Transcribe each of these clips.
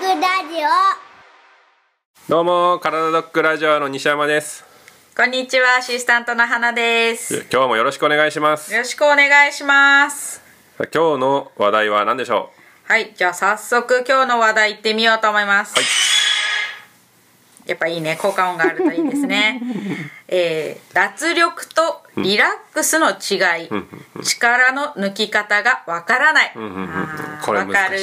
ジオどうもカラダドッグラジオの西山ですこんにちは、アシスタントの花です。よ今日もよろしくお願いしますさろしくお願いします。あ今日の話題は何でしょはい、じゃあ早速今日の話題行ってみようと思います。はいやっぱいいね、効果音があるといいで すね。えー脱力とリラックスの違い、力の抜き方がわからない。う、うんうんうんあーこれ難しい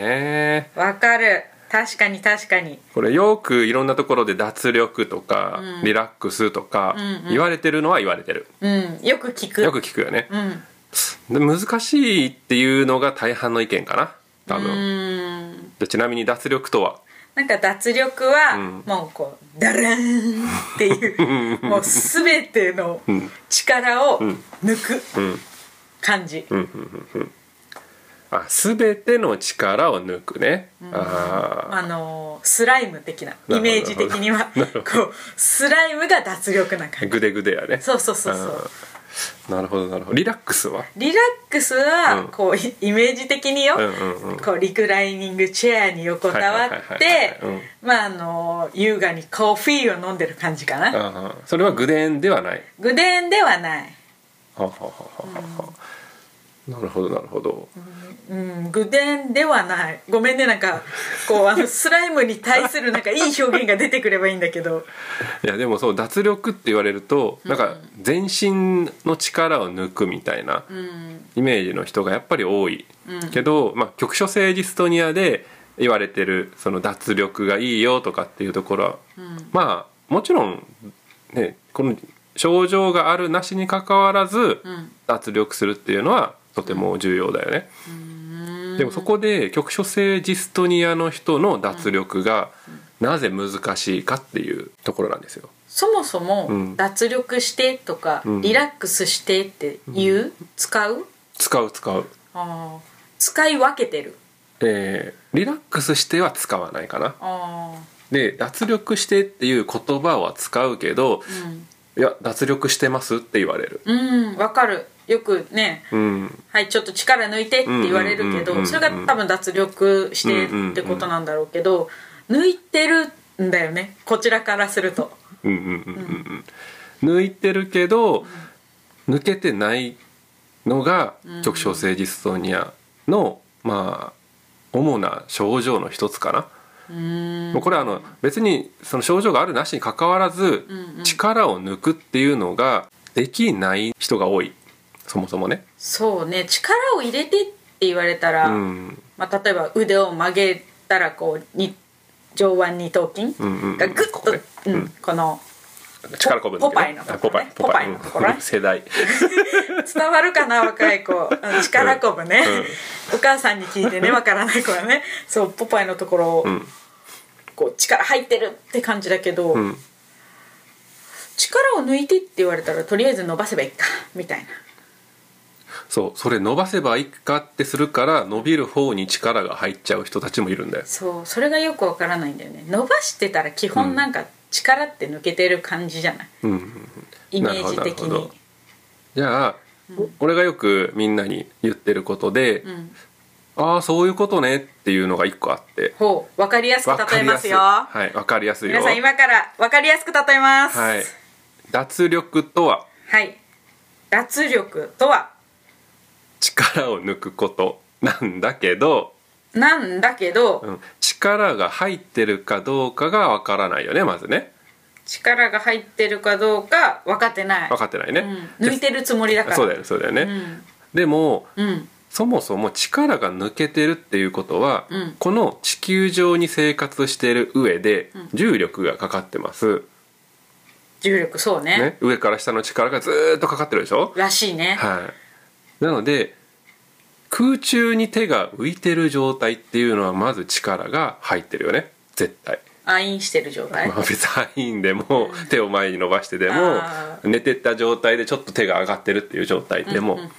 ねわかる。わかる。確かに確かに。これよくいろんなところで脱力とか、リラックスとか、言われてるのは言われてるうん、よく聞く。よく聞くよねう、ん。で難しいっていうのが大半の意見かな多う分ーん。でちなみに脱力とはなんか脱力は、んもうこうダラーンってい うもう全てのん力をん抜くうん感じ、うんうんうんうんあ全ての力を抜くね、ああのースライム的なイメージ的には なるほどこうスライムが脱力なあ感じグデグデやねそうそうそうそうあーなるほどなるほどリラックスはリラックスは、うんこうイイメージ的によ、うんうんうんこうリクライニングチェアに横たわっはいはいはいはいてはいうんまああのー優雅にコーヒーを飲んでる感じかなあーそれはグデンではないグデンではないはあはあはあはあはあなるほどなるほど、うん、愚伝ではないごめんねなんかこうあ のスライムに対するなんかいい表現が出てくればいいんだけどいやでもそう脱力って言われると、なんか全身の力を抜くみたいなうんイメージの人がやっぱり多い、うんけど、まあ、局所性ディストニアで言われてるその脱力がいいよとかっていうところは、うんまあもちろんねこの症状があるなしにかかわらず、うん脱力するっていうのはとても重要だよね、でもそこで局所性ジストニアの人の脱力がなぜ難しいかっていうところなんですよそもそもうん脱力してとか、うんリラックスしてって言う、使う使う使う、あー使い分けてるえーリラックスしては使わないかなあで脱力してっていう言葉は使うけどーいや脱力してますって言われるうんうんわかるよくねうんはいちょっと力抜いてって言われるけうんうんうんうんうどんそれが多分脱力してってことなんだろうけど抜いてるんだよねこちらからすると。うんうんうんうんうん抜いてるけど、抜けてないのが局所性ディストニアの、まあ主な症状の一つかな、うーんもうこれはあの別にその症状があるなしにかかわらず、うんうん力を抜くっていうのができない人が多いそもそもね、そうね力を入れてって言われたら、うん、まあ、例えば腕を曲げたらこうに上腕二頭筋うんうんうんがグッと、ここねうんうんこの力こぶんだけどポパイのとこあねポパイポパイのとこねうん世代伝わるかな若い子あの力こぶね、お母さんに聞いてねわからない子は ねそうポパイのところ、んこう力入ってるって感じだけど、うん力を抜いてって言われたらとりあえず伸ばせばいいかみたいなそうそれ伸ばせばいいかってするから伸びる方に力が入っちゃう人たちもいるんだよそうそれがよくわからないんだよね伸ばしてたら基本なんか力って抜けてる感じじゃない、うんうんうんイメージなるほ的どなるほにどじゃあ、俺がよくみんなに言ってることで、んああそういうことねっていうのが一個あってほう分かりやすくわ例えますすいよはいわかりやすいよ皆さん今から分かりやすく例えますはい、脱力とははい脱力とは力を抜くことなんだけど、なんだけど、うん、力が入ってるかどうかがわからないよねまずね力が入ってるかどうか分かってない分かってないね、うん、抜いでてるつもりだか らそうだよねそうだよね、うんでもうんそもそも力が抜けてるっていうことは、うんこの地球上に生活している上でん重力がかかってます、重力そうねね、上から下の力がずーっとかかってるでしょ、らしいね、はい、なので空中に手が浮いてる状態っていうのはまず力が入ってるよね絶対、アインしてる状態、まあ、別にいいんでも手を前に伸ばしてでもあ寝てった状態でちょっと手が上がってるっていう状態でも、うんうん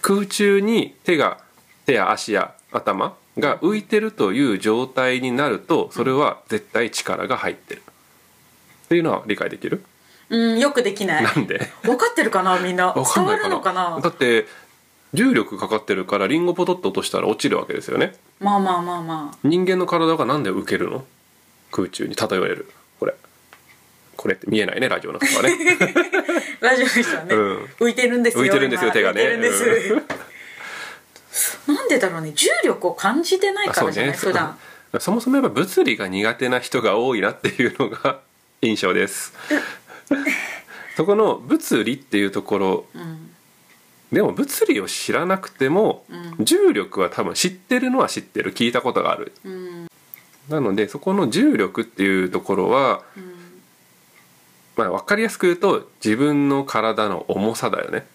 空中に手が手や足や頭が浮いてるという状態になるとそれは絶対力が入ってるっていうのは理解できるうん、うんよくできないなんで分かってるかなみんなわかんないか 伝わるなのかなだって重力かかってるからリンゴポトッと落としたら落ちるわけですよねまあまあまあま人間の体がなんで受けるの空中に漂えるこれこれって見えないねラジオの人はねあラジオの人はね、うん浮いてるんですよ浮いてるんですよ今手がね浮いてるんです、なんでだろうね重力を感じてないあかそらうじゃない、ね普段 そそもそもやっぱ物理が苦手な人が多いなっていうのが 印象です そこの物理っていうところうんでも物理を知らなくても、うん重力は多分知ってるのは知ってる聞いたことがあるうんなのでそこの重力っていうところは、うんまあ、分かりやすく言うと自分の体の重さだよね、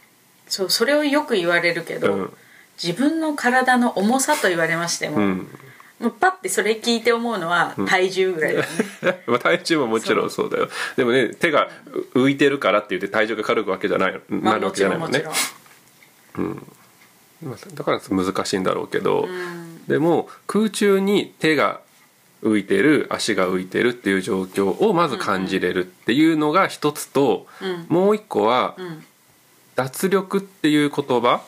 そうそれをよく言われるけうど、ん自分の体の重さと言われましても、うん、 もうパッてそれ聞いて思うのは体重ぐらいだ よね、まあ体重ももちろんそうだよでもね手が浮いてるからって言って体重が軽くわけじゃないなまあるもわけちじゃろなんいももんちねろん、まあだから難しいんだろうけど、うんでも空中に手が浮いてる足が浮いてるっていう状況をまず感じれるっていうのが一つと、うんもう一個はうん、脱力っていう言葉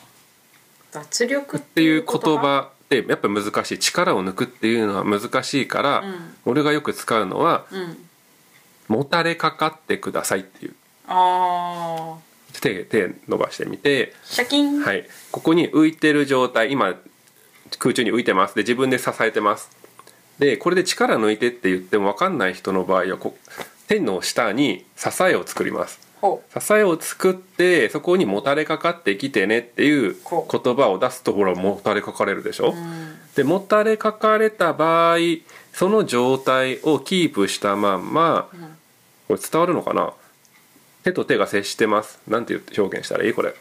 脱力っっていう言葉ってやっぱ難しい力を抜くっていうのは難しいから、うん俺がよく使うのはうん「もたれかかってください」っていうああ手手伸ばしてみて、シャキン、はい、ここに浮いてる状態今空中に浮いてますで自分で支えてますでこれで力抜いてって言っても分かんない人の場合はこ手の下に支えを作りますほ支えを作ってそこにもたれかかってきてねっていうこう言葉を出すとほらもたれかかれるでしょ、う、うん、でもたれかかれた場合その状態をキープしたまんまんこれ伝わるのかな手と手が接してますなんて言って表現したらいいこれ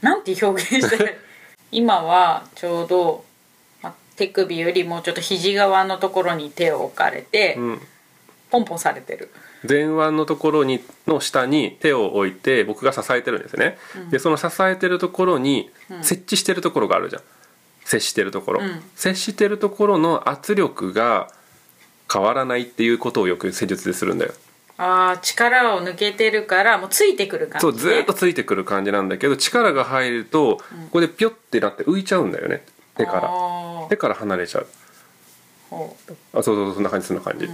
なんて表現してる 今はちょうど、まあ、手首よりもうちょっと肘側のところに手を置かれて、うんポンポンされてる前腕のところにの下に手を置いて僕が支えてるんですね、んでその支えてるところにうん設置してるところがあるじゃん接してるところ、うん接してるところの圧力が変わらないっていうことをよく施術でするんだよあー力を抜けてるからもうついてくる感じ、そね、うずーっとついてくる感じなんだけど力が入るとここでピョってなって浮いちゃうんだよね手からあー手から離れちゃうほうあそうそうそんな感じそんな感じ、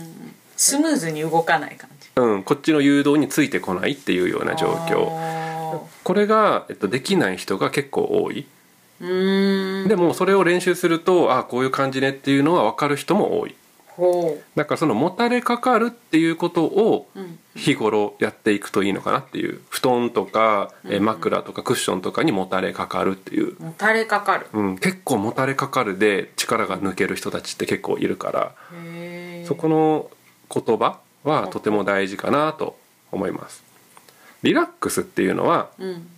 スムーズに動かない感じうんこっちの誘導についてこないっていうような状況況これが、えっと、できない人が結構多い、うーんでもそれを練習するとあこういう感じねっていうのは分かる人も多いほだからそのもたれかかるっていうことをう、うん、日頃やっていくといいのかなっていう布団とかえー枕とかクッションとかにもたれかかるっていう、もたれかかるうん、結構もたれかかるで力が抜ける人たちって結構いるからへーそこの言葉はとても大事かなと思いますリラックスっていうのは、うん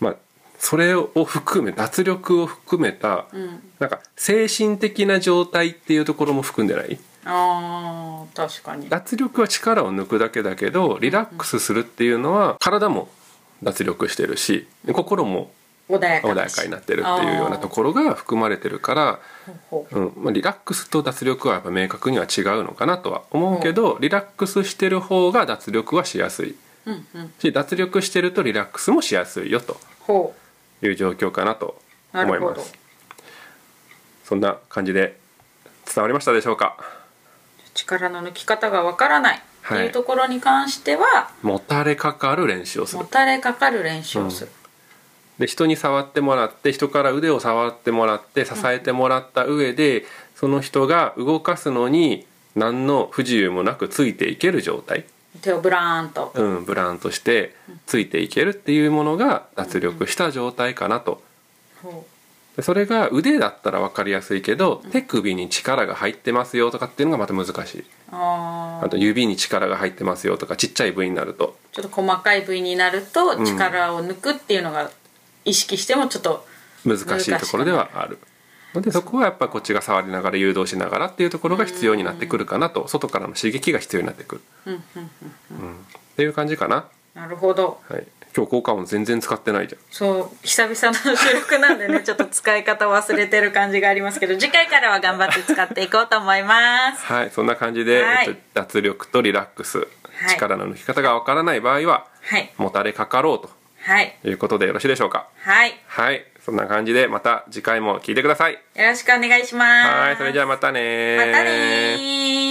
まあ、それを含め脱力を含めたうんなんか精神的な状態っていうところも含んでないあー確かに脱力は力を抜くだけだけどリラックスするっていうのは体も脱力してるし心も穏やか穏やだしかになってるっていうようなところが含まれてるから、ほうほううんまあ、リラックスと脱力はやっぱ明確には違うのかなとは思うけどリラックスしてる方が脱力はしやすいうんうんし脱力してるとリラックスもしやすいよとほいう状況かなとうな思るいほまどす。そんな感じで伝わりましたでしょうか力の抜き方がわからないってはいいうところに関してはもたれかかる練習をすもるたれかかる練習をする、で人に触ってもらって人から腕を触ってもらって支えてもらった上で、その人が動かすのに何の不自由もなくついていける状態、手をブラーンとうん、ブランとしてついていけるっていうものが脱力した状態かなと。ほでそれが腕だったら分かりやすいけど手首に力が入ってますよとかっていうのがまた難しいうああーと指に力が入ってますよとかちっちゃい部位になるとちょっと細かい部位になるとん力を抜くっていうのが意識してもちょっと難しいところではあるのでそこはやっぱこっちが触りながら誘導しながらっていうところが必要になってくるかなと外からの刺激が必要になってくる、うんっていう感じかな、なるほどはい、今日効果音全然使ってないじそう久々の収録な んでねちょっと使い方忘れてる感じがありますけど次回からは頑張って使っていこうと思いますゃんはいそんな感じで、はいえっと脱力とリラックス、い力の抜き方がわからない場合ははいもたれかかろうとはいということでよろしいでしょうかはいはいそんな感じでまた次回も聞いてくださいよろしくお願いしますはいそれじゃあまたねまたねー